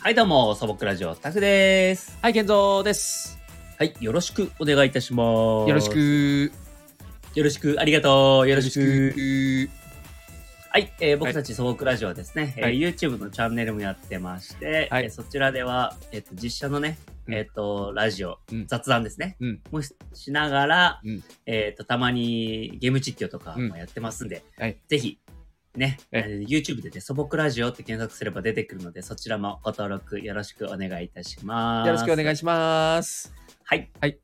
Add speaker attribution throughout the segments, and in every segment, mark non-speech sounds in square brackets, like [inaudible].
Speaker 1: はい、どうも、素朴ラジオ、タクです。
Speaker 2: はい、健三です。
Speaker 1: はい、よろしくお願いいたします。
Speaker 2: よろし。く。
Speaker 1: よろしく、ありがとう。よろし
Speaker 2: よ
Speaker 1: く。はい、えー僕たち素朴ラジオはですね、
Speaker 2: はい
Speaker 1: えー YouTube のチャンネルもやってまして、
Speaker 2: はい
Speaker 1: えーそちらでは、えっ、と、実写のね、
Speaker 2: うん
Speaker 1: えっ、と、ラジオ、
Speaker 2: うん
Speaker 1: 雑談ですね、
Speaker 2: うん
Speaker 1: もししながら、
Speaker 2: うん
Speaker 1: えっ、と、たまにゲーム実況とか
Speaker 2: うん
Speaker 1: もやってますんで、
Speaker 2: はい
Speaker 1: ぜひ、ね、
Speaker 2: え
Speaker 1: えー YouTube で、ね、素朴ラジオって検索すれば出てくるので、そちらもご登録よろしくお願いいたします。
Speaker 2: ろしくお願いします。
Speaker 1: はい。
Speaker 2: はい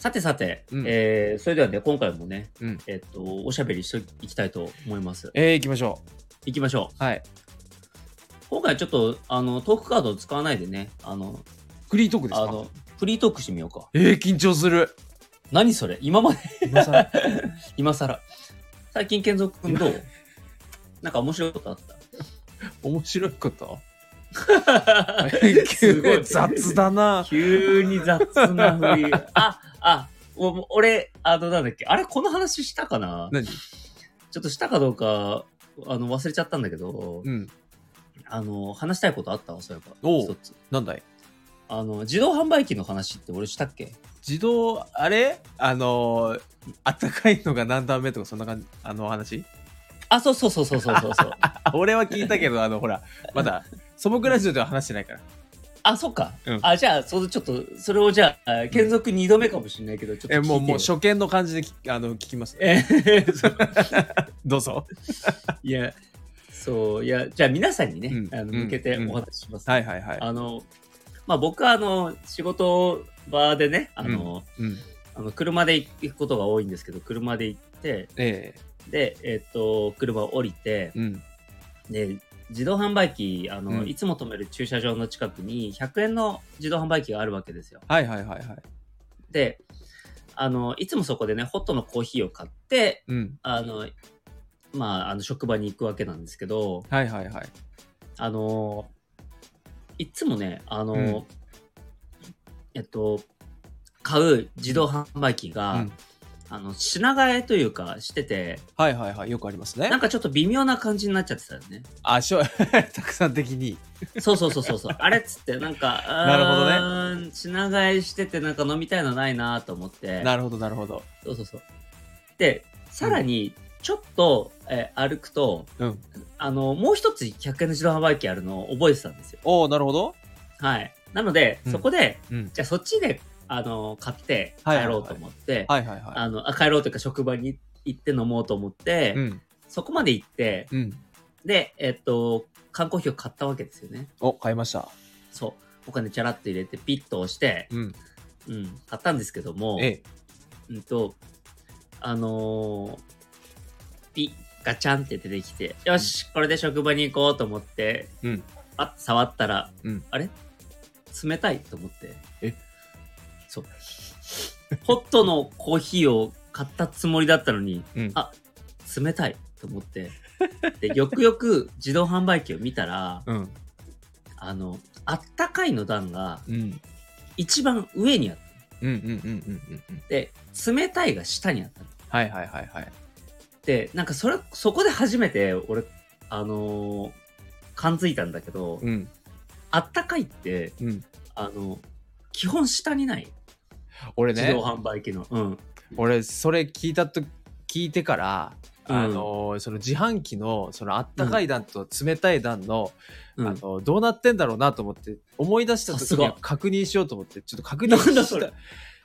Speaker 1: さてさて、
Speaker 2: うん
Speaker 1: えーそれではね、今回もね、
Speaker 2: うん
Speaker 1: えっと、おしゃべりしていきたいと思います。
Speaker 2: えー、行きましょ
Speaker 1: いきましょ
Speaker 2: う。はい。
Speaker 1: う。今回ちょっと、あの、トークカードを使わないでね、あの、
Speaker 2: フリートークです
Speaker 1: あ
Speaker 2: か
Speaker 1: の、フリートークしてみようか。
Speaker 2: えー、緊張する。
Speaker 1: 何それ今まで、 [laughs]
Speaker 2: 今更
Speaker 1: 今更。最近、健三君どうなんか面白いことあった
Speaker 2: [laughs] 面白いこと。 [laughs]
Speaker 1: すごい
Speaker 2: 雑だな。
Speaker 1: 急に雑なふり。あ、あ、おもう俺、あの、なんだっけ、あれ、この話したかな
Speaker 2: 何
Speaker 1: ちょっとしたかどうか、あの、忘れちゃったんだけど、
Speaker 2: うん。
Speaker 1: あの、話したいことあったわ、そういえば。
Speaker 2: おう
Speaker 1: 一つ。
Speaker 2: なんだい
Speaker 1: あの、自動販売機の話って俺したっけ
Speaker 2: 自動、あれあのー、あったかいのが何段目とかそんな感じ、あの話
Speaker 1: あ、そうそうそうそうそうそう
Speaker 2: [laughs]
Speaker 1: そう。
Speaker 2: あ、俺は聞いたけど、あの、ほら、まだ、素朴ラジオでは話してないから。
Speaker 1: あ、そっか。
Speaker 2: うん
Speaker 1: あ、じゃあ、そのちょっと、それをじゃあ、継続2度目かもしれないけど、ちょっと聞いて
Speaker 2: え、
Speaker 1: よ。
Speaker 2: もう、もう、初見の感じで聞あの聞きます。
Speaker 1: えー
Speaker 2: [laughs]
Speaker 1: そう
Speaker 2: どうぞ。
Speaker 1: いや、そう、いや、じゃあ皆さんにね、
Speaker 2: うん
Speaker 1: あの
Speaker 2: うん
Speaker 1: 向けてお話しします。
Speaker 2: はいはいはい。
Speaker 1: あの、まあ、僕は、あの、仕事場でね、あの、
Speaker 2: うん。
Speaker 1: あの車で行くことが多いんですけど、車で行って、
Speaker 2: え
Speaker 1: で、えっと、車を降りて、
Speaker 2: えうん。
Speaker 1: で自動販売機あの、
Speaker 2: うん
Speaker 1: いつも止める駐車場の近くに100円の自動販売機があるわけですよ。
Speaker 2: はいはいはいはい。
Speaker 1: であのいつもそこでねホットのコーヒーを買って
Speaker 2: うん。
Speaker 1: あのまああの職場に行くわけなんですけど
Speaker 2: はいはいはい。
Speaker 1: あのいつもねあの、
Speaker 2: うん
Speaker 1: えっと買う自動販売機が、
Speaker 2: うん
Speaker 1: あの品替えというかしてて
Speaker 2: はいはいはい。よくありますね
Speaker 1: なん。かちょっと微妙な感じになっちゃってたよね。
Speaker 2: あ、しょ、 [laughs] たくさん的に。
Speaker 1: そうそうそうそうそう。あれっつって、なんか、
Speaker 2: なるほどね
Speaker 1: どね。品替えしてて、なんか飲みたいのないなと思って。
Speaker 2: なるほどなるほど。
Speaker 1: そうそうそう。で、さらに、ちょっと、えー歩くと、
Speaker 2: うん。
Speaker 1: あの、もう一つ100円の自動販売機あるのを覚えてたんですよ。
Speaker 2: おおなるほど。
Speaker 1: はい。なので、
Speaker 2: うん
Speaker 1: そこで、
Speaker 2: うん。
Speaker 1: じゃあそっちで、あの、買って
Speaker 2: はいは
Speaker 1: 帰
Speaker 2: いはい
Speaker 1: ろうと思って、
Speaker 2: はいはいは
Speaker 1: あの、あ帰ろうというか職場に行って飲もうと思って、
Speaker 2: い。うん。
Speaker 1: そこまで行って、
Speaker 2: うん。
Speaker 1: で、えっと、缶コーヒーを買ったわけですよね。
Speaker 2: お、買いました。
Speaker 1: そう。お金チャラッと入れて、ピッと押して、
Speaker 2: うん。
Speaker 1: うん、買ったんですけども、
Speaker 2: ええ。
Speaker 1: うんと、あのーピッ、ガチャンって出てきて、よし、これで職場に行こうと思って、
Speaker 2: うん。
Speaker 1: あっと触ったら、
Speaker 2: うん
Speaker 1: あれ冷たいと思って。
Speaker 2: え
Speaker 1: そう。ホットのコーヒーを買ったつもりだったのに、
Speaker 2: うん
Speaker 1: あ冷たいと思って。で、よくよく自動販売機を見たら、
Speaker 2: うん。
Speaker 1: あの、あったかいの段が
Speaker 2: うん。
Speaker 1: 一番上にあった。
Speaker 2: うんうんうんうんうんうん。
Speaker 1: で、冷たいが下にあったの。
Speaker 2: はいはいはいはい。
Speaker 1: でなんかそれそこで初めて俺あのー感づいたんだけど、
Speaker 2: うん。
Speaker 1: あったかいって
Speaker 2: うん。
Speaker 1: あの基本下にない
Speaker 2: 俺
Speaker 1: 自
Speaker 2: ね
Speaker 1: 動、販売機の、うん
Speaker 2: 俺それ聞いたと聞いてから。
Speaker 1: うん
Speaker 2: あのーその自販機のそのあったかい段と冷たい段の、
Speaker 1: うん
Speaker 2: あのーどうなってんだろうなと思って思い出した
Speaker 1: さす
Speaker 2: 時に
Speaker 1: が
Speaker 2: 確認しようと思ってちょっと確認
Speaker 1: [laughs] なんだ
Speaker 2: し
Speaker 1: それ
Speaker 2: た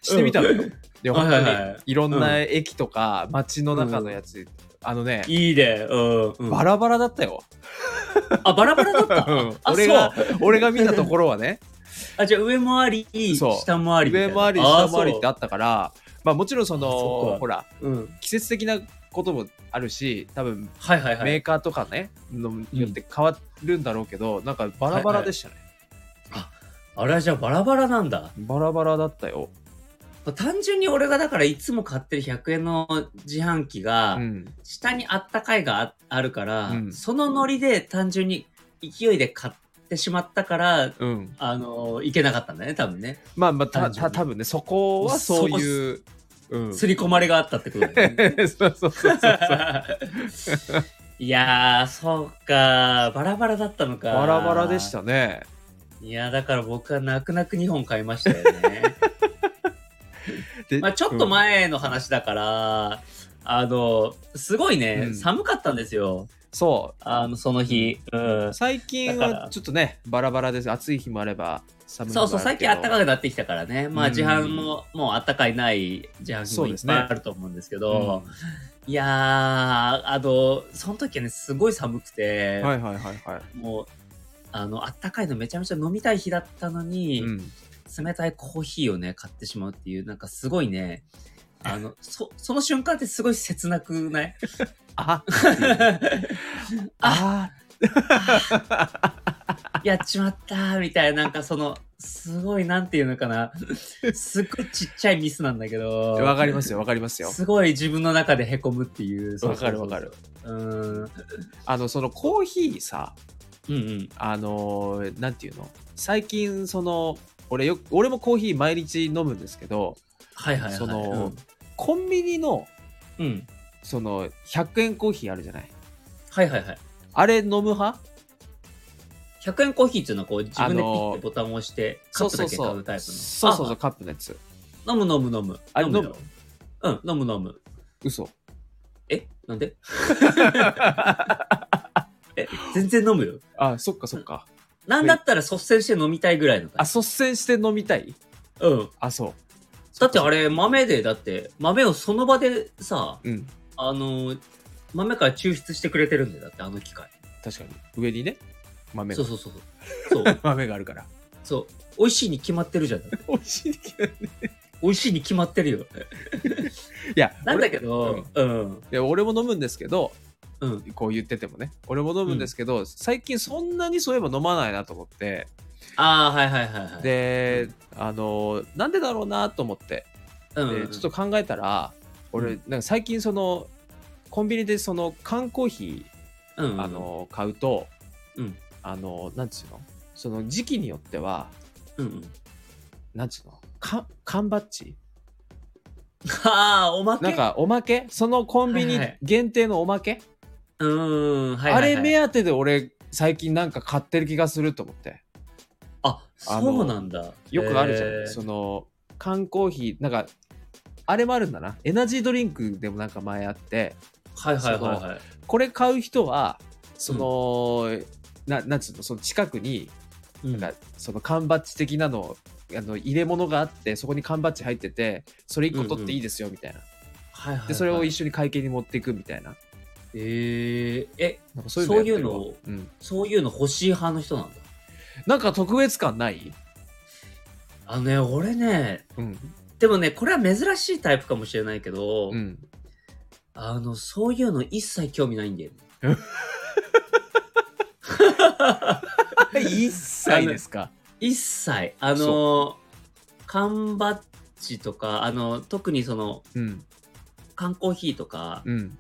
Speaker 2: してみたのよ。で
Speaker 1: はいは
Speaker 2: 本当
Speaker 1: い
Speaker 2: に
Speaker 1: はい
Speaker 2: いろんな駅とか街の中のやつ、あのね
Speaker 1: いいねうん、うん
Speaker 2: バラバラだったよ。
Speaker 1: あバラバラだった
Speaker 2: うん
Speaker 1: あ
Speaker 2: 俺が俺が見たところ
Speaker 1: [laughs]
Speaker 2: はね
Speaker 1: あじゃあ上もあり
Speaker 2: そう
Speaker 1: 下もありみたい
Speaker 2: 上
Speaker 1: な
Speaker 2: 回り
Speaker 1: あ
Speaker 2: 下回りってあったからまあもちろんそ
Speaker 1: あそっ
Speaker 2: の
Speaker 1: か
Speaker 2: ほら
Speaker 1: そううん
Speaker 2: 季節的なこともあるし多分
Speaker 1: はいはいは
Speaker 2: メー
Speaker 1: い
Speaker 2: カーとかね、のによって変わるんだろうけど、なんかバラバラでしたね、
Speaker 1: あれはじゃあバラバラなんだ
Speaker 2: バラバラだったよ、
Speaker 1: 単純に俺がだからいつも買ってる100円の自販機が、
Speaker 2: うん、
Speaker 1: 下にあったかいがああるから、
Speaker 2: うん
Speaker 1: そのノリで単純に勢いで買ってしまったから、
Speaker 2: うん、
Speaker 1: あのいけなかったんだね、多分ね。
Speaker 2: まあまあた
Speaker 1: 単純
Speaker 2: た
Speaker 1: に
Speaker 2: 多分ねそこはそういううん
Speaker 1: すり込まれがあったってことだよね。
Speaker 2: そうそう [laughs] そうそうそう
Speaker 1: [laughs] いやー、そうか、バラバラだったのか。
Speaker 2: バラバラでし。たね
Speaker 1: いや、だから僕は泣く泣く2本買いましたよ
Speaker 2: [laughs]
Speaker 1: ね。
Speaker 2: で
Speaker 1: まあちょっと、前の話だから、あの、すごいね、
Speaker 2: うん
Speaker 1: 寒かったんですよ。
Speaker 2: うんそ
Speaker 1: あの、その日。うん
Speaker 2: う。最近
Speaker 1: だか
Speaker 2: は
Speaker 1: ら
Speaker 2: ちょっとねバラバラです暑い日もあれば寒い日
Speaker 1: そ
Speaker 2: もあ
Speaker 1: う
Speaker 2: る
Speaker 1: そう、最近暖か
Speaker 2: い
Speaker 1: くなってきたからね。まあ
Speaker 2: うん
Speaker 1: 自販も、もう暖かいない自販機
Speaker 2: そ
Speaker 1: も
Speaker 2: う
Speaker 1: い
Speaker 2: で
Speaker 1: っ
Speaker 2: す
Speaker 1: ぱ
Speaker 2: ね
Speaker 1: いあると思うんですけど、いやー、あの、その時はね、すごい寒くて、
Speaker 2: はいはいはいは
Speaker 1: もう、あの、暖かいのめちゃめちゃ飲みたい日だったの
Speaker 2: い、
Speaker 1: に、
Speaker 2: うん、
Speaker 1: 冷たいコーヒーをね、買ってしまうっていう、なんかすごいね、あの、そ、 [laughs] その瞬間ってすごい切なくない
Speaker 2: [laughs] あ
Speaker 1: [laughs] あ、
Speaker 2: あ
Speaker 1: やっちまったーみたいな、なんかその、すごい、なんていうのかな。すっごいちっちゃいミスなんだけど。
Speaker 2: ーわかりますよわかりますよ
Speaker 1: すごい自分の中でへこむっていう。そう
Speaker 2: わ
Speaker 1: そう
Speaker 2: かる
Speaker 1: そ
Speaker 2: わ
Speaker 1: う
Speaker 2: かる。
Speaker 1: うん。
Speaker 2: あのそのコーヒーさ
Speaker 1: うんうん。
Speaker 2: あのーなんていうの最近その俺よく俺もコーヒー毎日飲むんですけど
Speaker 1: はいはいはい。
Speaker 2: そのコンビニの
Speaker 1: うん、うん。
Speaker 2: その100円コーヒーあるじゃない
Speaker 1: はいはいはい。
Speaker 2: あれ飲む派
Speaker 1: 100円コーヒーっていうのはこう自分でピッ
Speaker 2: あの
Speaker 1: てボタンを押してカッ
Speaker 2: そう
Speaker 1: プ
Speaker 2: そ
Speaker 1: だけ買
Speaker 2: うそ
Speaker 1: う
Speaker 2: う
Speaker 1: タイプの。
Speaker 2: そうそうそう
Speaker 1: あ
Speaker 2: カップのやつ
Speaker 1: 飲む飲む飲む。
Speaker 2: あれ
Speaker 1: ようん、飲む飲む。
Speaker 2: 嘘
Speaker 1: えなんでえ全然飲むよ。
Speaker 2: あそっかそっか
Speaker 1: なんだったら率先して飲みたいぐらいのタ
Speaker 2: あ
Speaker 1: イ
Speaker 2: 率先して飲みたい
Speaker 1: プ。うん。
Speaker 2: あそう
Speaker 1: だってあれ豆で、だって豆をその場でさ、
Speaker 2: うん
Speaker 1: あの、豆から抽出してくれてるんだよ。だってあの機械。
Speaker 2: 確かに上にね豆
Speaker 1: そ
Speaker 2: が
Speaker 1: うそうそうそう。そう。
Speaker 2: 豆があるから
Speaker 1: そう。美味しいに決まってるじゃん。
Speaker 2: [laughs] 美味しいけどね
Speaker 1: 美味しいに決まってるよ。
Speaker 2: いや
Speaker 1: なんだ
Speaker 2: 俺
Speaker 1: けど、うん。
Speaker 2: いや俺も飲むんですけど
Speaker 1: うん。
Speaker 2: こう言っててもね俺も飲むんですけど、最近そんなにそういえば飲まないなと思って
Speaker 1: ああ、はいはいはいはい。、
Speaker 2: で、あのなんでだろうなと思って、
Speaker 1: うん
Speaker 2: で
Speaker 1: うん、
Speaker 2: ちょっと考えたら俺、
Speaker 1: う
Speaker 2: なんか最近そのコンビニでその缶コーヒ
Speaker 1: うんうんう
Speaker 2: ー、
Speaker 1: ん、
Speaker 2: あの買うと、
Speaker 1: うん
Speaker 2: あのなんつうのその時期によっては
Speaker 1: うんうん。
Speaker 2: なんつうの缶缶バッジ
Speaker 1: ああ、おまけ
Speaker 2: なん、かおまけそのコンビニ
Speaker 1: はいはい
Speaker 2: 限定のおまけ、
Speaker 1: うん。はいはい、はい。
Speaker 2: あれ目当てで俺最近なんか買ってる気がすると思って。
Speaker 1: あ、
Speaker 2: あの
Speaker 1: そうなんだ。
Speaker 2: よくあるじゃん、
Speaker 1: へー
Speaker 2: その缶コーヒーなんかあれもあるんだなエナジードリンクでもなんか前あって
Speaker 1: はいはいはいはい。
Speaker 2: これ買う人はその、ななんつうのその近くに
Speaker 1: うん
Speaker 2: なんかその缶バッジ的なのあの入れ物があってそこに缶バッジ入っててそれ1個取っていいですよみたいな、
Speaker 1: はいはいはい
Speaker 2: でそれを一緒に会計に持っていくみたいな
Speaker 1: えー、え、
Speaker 2: なんかそういうのやってるわ
Speaker 1: そういう
Speaker 2: うん、
Speaker 1: そういうの欲しい派の人なんだ。
Speaker 2: なんか特別感ない、
Speaker 1: あのね、俺ね、
Speaker 2: うん
Speaker 1: でもね、これは珍しいタイプかもしれないけど、
Speaker 2: うん、
Speaker 1: あの、そういうの一切興味ないんだよね。
Speaker 2: [laughs] 一切ですか
Speaker 1: 一切。あの、缶バッジとか、あの、特にその、
Speaker 2: うん
Speaker 1: 缶コーヒーとか、
Speaker 2: うん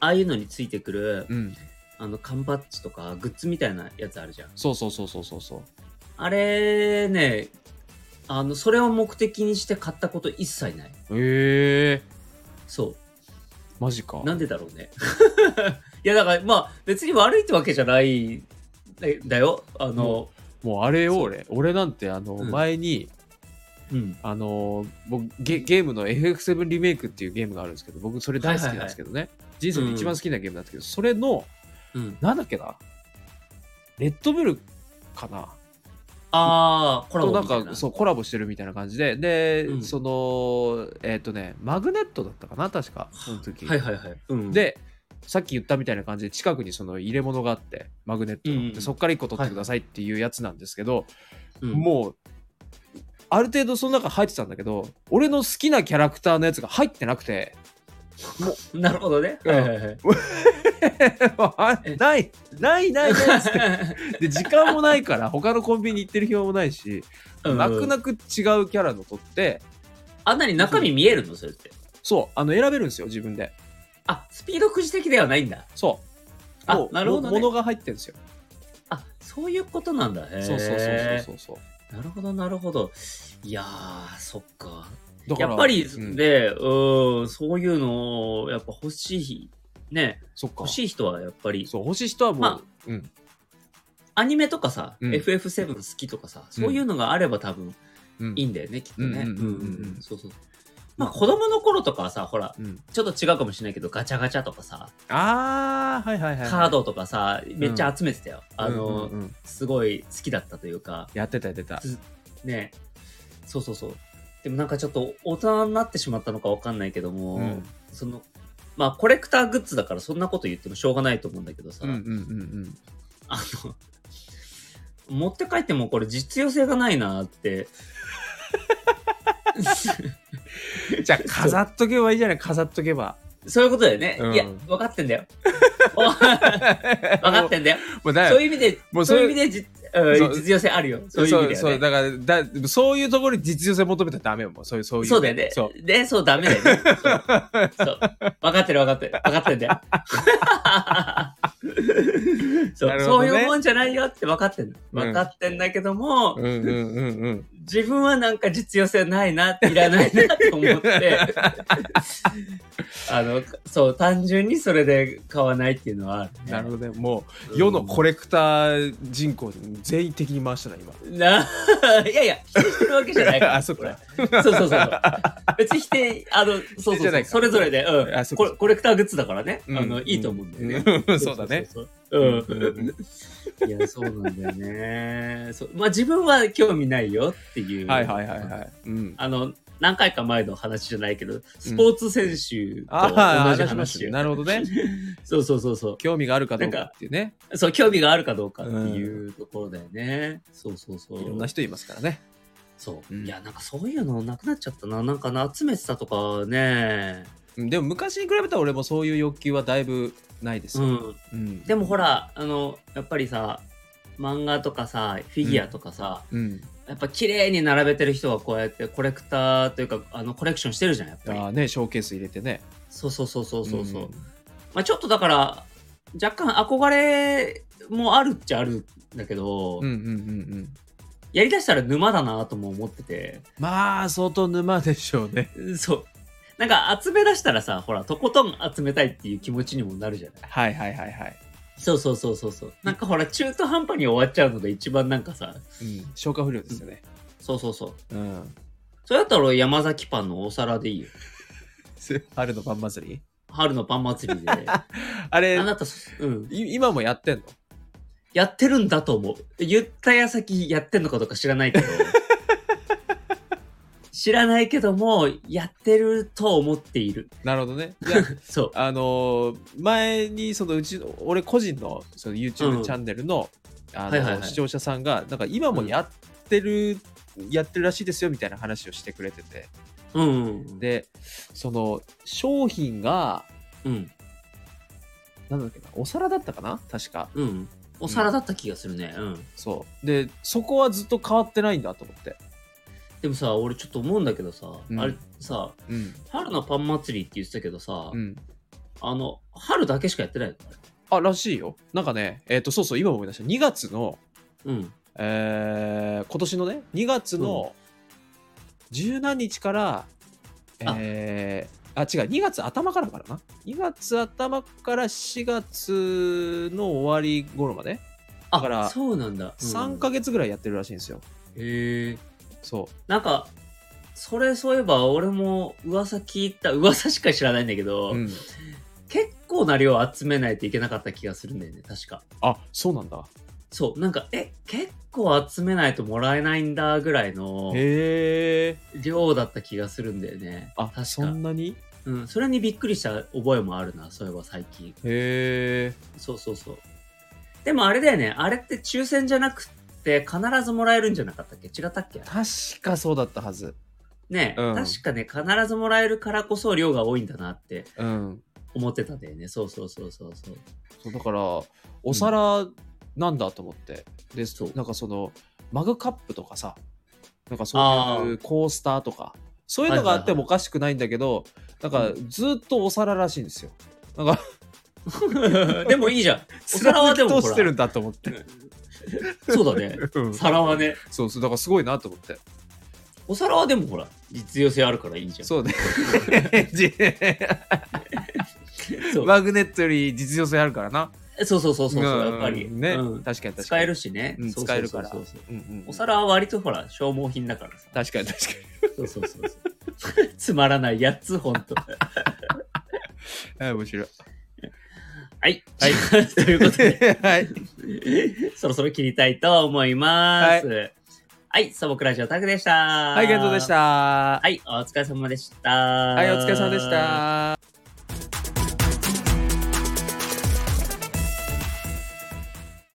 Speaker 1: ああいうのについてくる、
Speaker 2: うん
Speaker 1: あの、缶バッジとか、グッズみたいなやつあるじゃん。
Speaker 2: そうそうそうそうそうそう
Speaker 1: あれね、あの、それを目的にして買ったこと一切ない。
Speaker 2: ええ
Speaker 1: そ
Speaker 2: マジか
Speaker 1: う。なんでだろうね。 [laughs] いや、だから、まあ、別に悪いってわけじゃないんだよ。あの、
Speaker 2: もうあれよ俺俺なんてあの、
Speaker 1: うん
Speaker 2: 前に
Speaker 1: うん。
Speaker 2: あの僕ゲゲームの FF7 リメイクっていうゲームがあるんですけど僕それ大好きなんですけどね、人生で一番好きなゲームなんですけど、それの
Speaker 1: うん。
Speaker 2: なんだっけなレッドブルかな
Speaker 1: ああ、コラ
Speaker 2: と
Speaker 1: ボ
Speaker 2: な
Speaker 1: みたい
Speaker 2: ん
Speaker 1: な。
Speaker 2: かそうコラボしてるみたいな感じでで、
Speaker 1: うん
Speaker 2: そのえっ、とねマグネットだったかな確かその時、
Speaker 1: はいはいはい。うん、、
Speaker 2: でさっき言ったみたいな感じで近くにその入れ物があってマグネットの、
Speaker 1: うんうん
Speaker 2: でそっから1個取ってくださいっていうやつなんですけど、
Speaker 1: うん、
Speaker 2: もうある程度その中入ってたんだけど俺の好きなキャラクターのやつが入ってなくて
Speaker 1: なるほどね。
Speaker 2: うん
Speaker 1: はいはい
Speaker 2: [laughs]
Speaker 1: はい。
Speaker 2: あ
Speaker 1: え
Speaker 2: [laughs] ないないないないっつってで時間もないから他のコンビニ行ってる暇もないし
Speaker 1: うん
Speaker 2: 泣く泣く違うキャラの取って
Speaker 1: あんなに中身見えるのそれって。
Speaker 2: そうあの選べるんですよ自分で
Speaker 1: あ、スピードくじ的ではないんだ。
Speaker 2: そう
Speaker 1: あ
Speaker 2: もう
Speaker 1: なるほどね
Speaker 2: も物が入ってるんですよ
Speaker 1: あ、そういうことなんだ。へー
Speaker 2: そうそうそうそうそう
Speaker 1: なるほど、なるほど。いやー、そっか。
Speaker 2: だから
Speaker 1: やっぱり、
Speaker 2: うん
Speaker 1: ね、うん、そういうのを、やっぱ欲しい、ね、
Speaker 2: そっか
Speaker 1: 欲しい人はやっぱり、
Speaker 2: そう欲しい人はもう、
Speaker 1: ま
Speaker 2: うん
Speaker 1: アニメとかさ、
Speaker 2: うん
Speaker 1: FF7 好きとかさ、そういうのがあれば多分
Speaker 2: うん
Speaker 1: いいんだよね、きっとね。うんん
Speaker 2: ううん
Speaker 1: う
Speaker 2: うんうん
Speaker 1: んうんそうそう。まあ子供の頃とかはさ、ほら、
Speaker 2: うん
Speaker 1: ちょっと違うかもしれないけど、ガチャガチャとかさ、
Speaker 2: あーはいはいはいはい
Speaker 1: カードとかさ、めっちゃ集めてたよ。あ
Speaker 2: うん
Speaker 1: の
Speaker 2: う、んうん
Speaker 1: すごい好きだったというか、
Speaker 2: やってたやってた
Speaker 1: ね。そうそうそう。でもなんかちょっと大人になってしまったのかわかんないけども、
Speaker 2: うん
Speaker 1: その、まあコレクターグッズだからそんなこと言ってもしょうがないと思うんだけどさ、
Speaker 2: うんうんうん
Speaker 1: あの、持って帰ってもこれ実用性がないなって。
Speaker 2: うんじゃあ飾っとけばいいじゃない飾っと
Speaker 1: [laughs]
Speaker 2: けば
Speaker 1: そういうことだよね。
Speaker 2: うん
Speaker 1: いや、分かってんだよ。分かってんだよ。
Speaker 2: [laughs] もうだ
Speaker 1: そういう意味で、
Speaker 2: もうそ
Speaker 1: そうう
Speaker 2: い
Speaker 1: いうう意味でじ、うん
Speaker 2: そう
Speaker 1: 実用性あるよ。
Speaker 2: そ
Speaker 1: そうういう意味で、ね。
Speaker 2: そうだからだそういうところに実用性求めたらダメよもうそういうそういう
Speaker 1: そうだよね
Speaker 2: そう。
Speaker 1: で、そうダメだよ
Speaker 2: [laughs]
Speaker 1: ね。そう。そう分かってる分かってる。分かってんだよ。そ
Speaker 2: な
Speaker 1: う
Speaker 2: るほど
Speaker 1: そう
Speaker 2: ね
Speaker 1: いうもんじゃないよって分かってんだ。
Speaker 2: うん
Speaker 1: 分かってんだけども、
Speaker 2: うんうんうんうん
Speaker 1: 自分はなんか実用性ないな、いらないなと思って、あの、そう、単純にそれで買わないっていうのはある、ね。
Speaker 2: なる
Speaker 1: ほ
Speaker 2: ほどねもう世のコレクター人口全員的に回したな今
Speaker 1: ないやいや、否定してるわけじゃないから。
Speaker 2: [laughs] あそっか
Speaker 1: これそうそうそうそう。別に否定、あの、そ
Speaker 2: 否定
Speaker 1: う
Speaker 2: じ
Speaker 1: そ
Speaker 2: ゃ
Speaker 1: う
Speaker 2: な
Speaker 1: そ。
Speaker 2: いうか
Speaker 1: それぞれで、うん。
Speaker 2: あそっ
Speaker 1: コ
Speaker 2: か
Speaker 1: レコレクターグッズだからね、あの、
Speaker 2: うん
Speaker 1: いいと思うんだよね。
Speaker 2: うん [laughs] そうだね
Speaker 1: そうそうそう。
Speaker 2: うん
Speaker 1: うん。いや、そうなんだよね。そうまあ自分は興味ないよっていう。
Speaker 2: はいはいはいはいうん
Speaker 1: あの、何回か前の話じゃないけど、スポーツ選手
Speaker 2: あ
Speaker 1: と
Speaker 2: あ
Speaker 1: 同じ
Speaker 2: 話しまし
Speaker 1: 話
Speaker 2: たね
Speaker 1: を
Speaker 2: なるほどね
Speaker 1: そうそうそうそ
Speaker 2: 興味があるかどうかっていうね
Speaker 1: う。そう、興味があるかどうかっていうところだよね。そうそうそう。
Speaker 2: いろんな人いますからね
Speaker 1: そう、
Speaker 2: うん
Speaker 1: いや、なんかそういうのなくなっちゃったな。なんかな集めてたとかね。
Speaker 2: うんでも昔に比べたら俺もそういう欲求はだいぶないです
Speaker 1: う
Speaker 2: よ、
Speaker 1: ん。
Speaker 2: うん
Speaker 1: でもほら、あの、やっぱりさ、漫画とかさ、フィギュアとかさ、
Speaker 2: うん、
Speaker 1: やっぱ綺麗に並べてる人がこうやってコレクターというか、あの、コレクションしてるじゃん、やっ
Speaker 2: あ
Speaker 1: ぱり。
Speaker 2: ーねショーケース入れてね
Speaker 1: そうそうそうそうそうそう。まあ、ちょっとだから若干憧れもあるっちゃあるんだけど、
Speaker 2: うんうんうんうん
Speaker 1: やりだしたら沼だなとも思ってて
Speaker 2: まあ相当沼でしょうね
Speaker 1: そうなんか集め出したらさほらとことん集めたいっていう気持ちにもなるじゃない
Speaker 2: はいはいはいはい、
Speaker 1: そうそうそうそうそうなんかほら中途半端に終わっちゃうのが一番なんかさ
Speaker 2: うん、消化不良ですよね
Speaker 1: そうそうそう
Speaker 2: うん
Speaker 1: [laughs] それだったら俺山崎パンのお皿でいいよ
Speaker 2: 春のパン祭り
Speaker 1: 春のパン祭
Speaker 2: [laughs]
Speaker 1: りであ
Speaker 2: あれ
Speaker 1: なた、うん、
Speaker 2: い今もやってんの
Speaker 1: やってるんだと思う言った矢先やってんのかどうか知らない
Speaker 2: [laughs]
Speaker 1: けど知らないけどもやってると思っている
Speaker 2: なるほどね
Speaker 1: [laughs]
Speaker 2: いや
Speaker 1: そう
Speaker 2: あのー前にそのうちの俺個人のその YouTube チャンネルの,、あの
Speaker 1: はいはいはい
Speaker 2: 視聴者さんがなんか今もやってる、やってるらしいですよみたいな話をしてくれてて
Speaker 1: うんうん
Speaker 2: でその商品が
Speaker 1: うん
Speaker 2: なんだっけなお皿だったかな確か
Speaker 1: うんお皿だった気がするねうん
Speaker 2: そうでそこはずっと変わってないんだと思って、
Speaker 1: でもさ俺ちょっと思うんだけどさ、
Speaker 2: うん
Speaker 1: あれさ
Speaker 2: うん
Speaker 1: 春のパン祭りって言ってたけどさ、
Speaker 2: うん、
Speaker 1: あの春だけしかやってないの
Speaker 2: あらしいよなんかねえっ、とそうそう今思い出した2月の、
Speaker 1: うん
Speaker 2: えー今年のね2月の十何日から、
Speaker 1: あ
Speaker 2: えーあ違う2月頭からからな2月頭から4月の終わり頃まで
Speaker 1: あ
Speaker 2: だから
Speaker 1: そうなんだ、うん
Speaker 2: 3ヶ月ぐらいやってるらしいんですよ、
Speaker 1: へえ
Speaker 2: そ
Speaker 1: なんかそれそういえば俺も噂聞いた噂しか知らないんだけど、
Speaker 2: う、うん、
Speaker 1: 結構な量集めないといけなかった気がするんだよね確か
Speaker 2: あそうなんだ
Speaker 1: そうなんかえ結構集めないともらえないんだぐらいの
Speaker 2: へえ
Speaker 1: 量だった気がするんだよね
Speaker 2: あ
Speaker 1: 確か
Speaker 2: そんなに
Speaker 1: うん、それにびっくりした覚えもあるなそういえば最近
Speaker 2: へえ
Speaker 1: そうそうそうでもあれだよねあれって抽選じゃなくて必ずもらえるんじゃなかったっけ違ったっけ
Speaker 2: 確かそうだったはず
Speaker 1: ね、
Speaker 2: うん
Speaker 1: 確かね必ずもらえるからこそ量が多いんだなって
Speaker 2: うん
Speaker 1: 思ってたんだよねそうそうそうそうそう
Speaker 2: そうだからお皿なんだと思って、で
Speaker 1: そう
Speaker 2: なんかそのマグカップとかさなんかそういうコースターとかそういうのがあってもおかしくないんだけど、
Speaker 1: はいはい
Speaker 2: なんかずっとお皿らしい
Speaker 1: [laughs]
Speaker 2: んですよなんか
Speaker 1: でもいいじゃんお皿はでもほら
Speaker 2: 貫き通してるんだと思って、
Speaker 1: [laughs] そうだね
Speaker 2: うん
Speaker 1: 皿はね
Speaker 2: そうそうだからすごいなと思って
Speaker 1: お皿はでもほら実用性あるからいいじゃん
Speaker 2: そ
Speaker 1: [laughs]
Speaker 2: うね
Speaker 1: そう
Speaker 2: マグネットより実用性あるからな
Speaker 1: そうそうそうそう、
Speaker 2: うん
Speaker 1: やっぱり。
Speaker 2: ね、
Speaker 1: うん
Speaker 2: 確かに確かに。
Speaker 1: 使えるしね、
Speaker 2: うん
Speaker 1: そうそうそう
Speaker 2: 使えるから
Speaker 1: そうそう
Speaker 2: うんうん
Speaker 1: お皿は割とほら、消耗品だからさ。
Speaker 2: 確かに確か
Speaker 1: [laughs] そうそうそうそう [laughs] つまらないやつ、ほんと。 [laughs]
Speaker 2: に。はい、面白い。
Speaker 1: はい。はい。 [laughs] ということで、
Speaker 2: [laughs] はい。
Speaker 1: そろそろ切りたいと思います。はい。素朴ラジオタクでした。
Speaker 2: はい、ゲントでした。は、
Speaker 1: はい。お疲れ様でした。はい
Speaker 2: お疲れ様でし。た。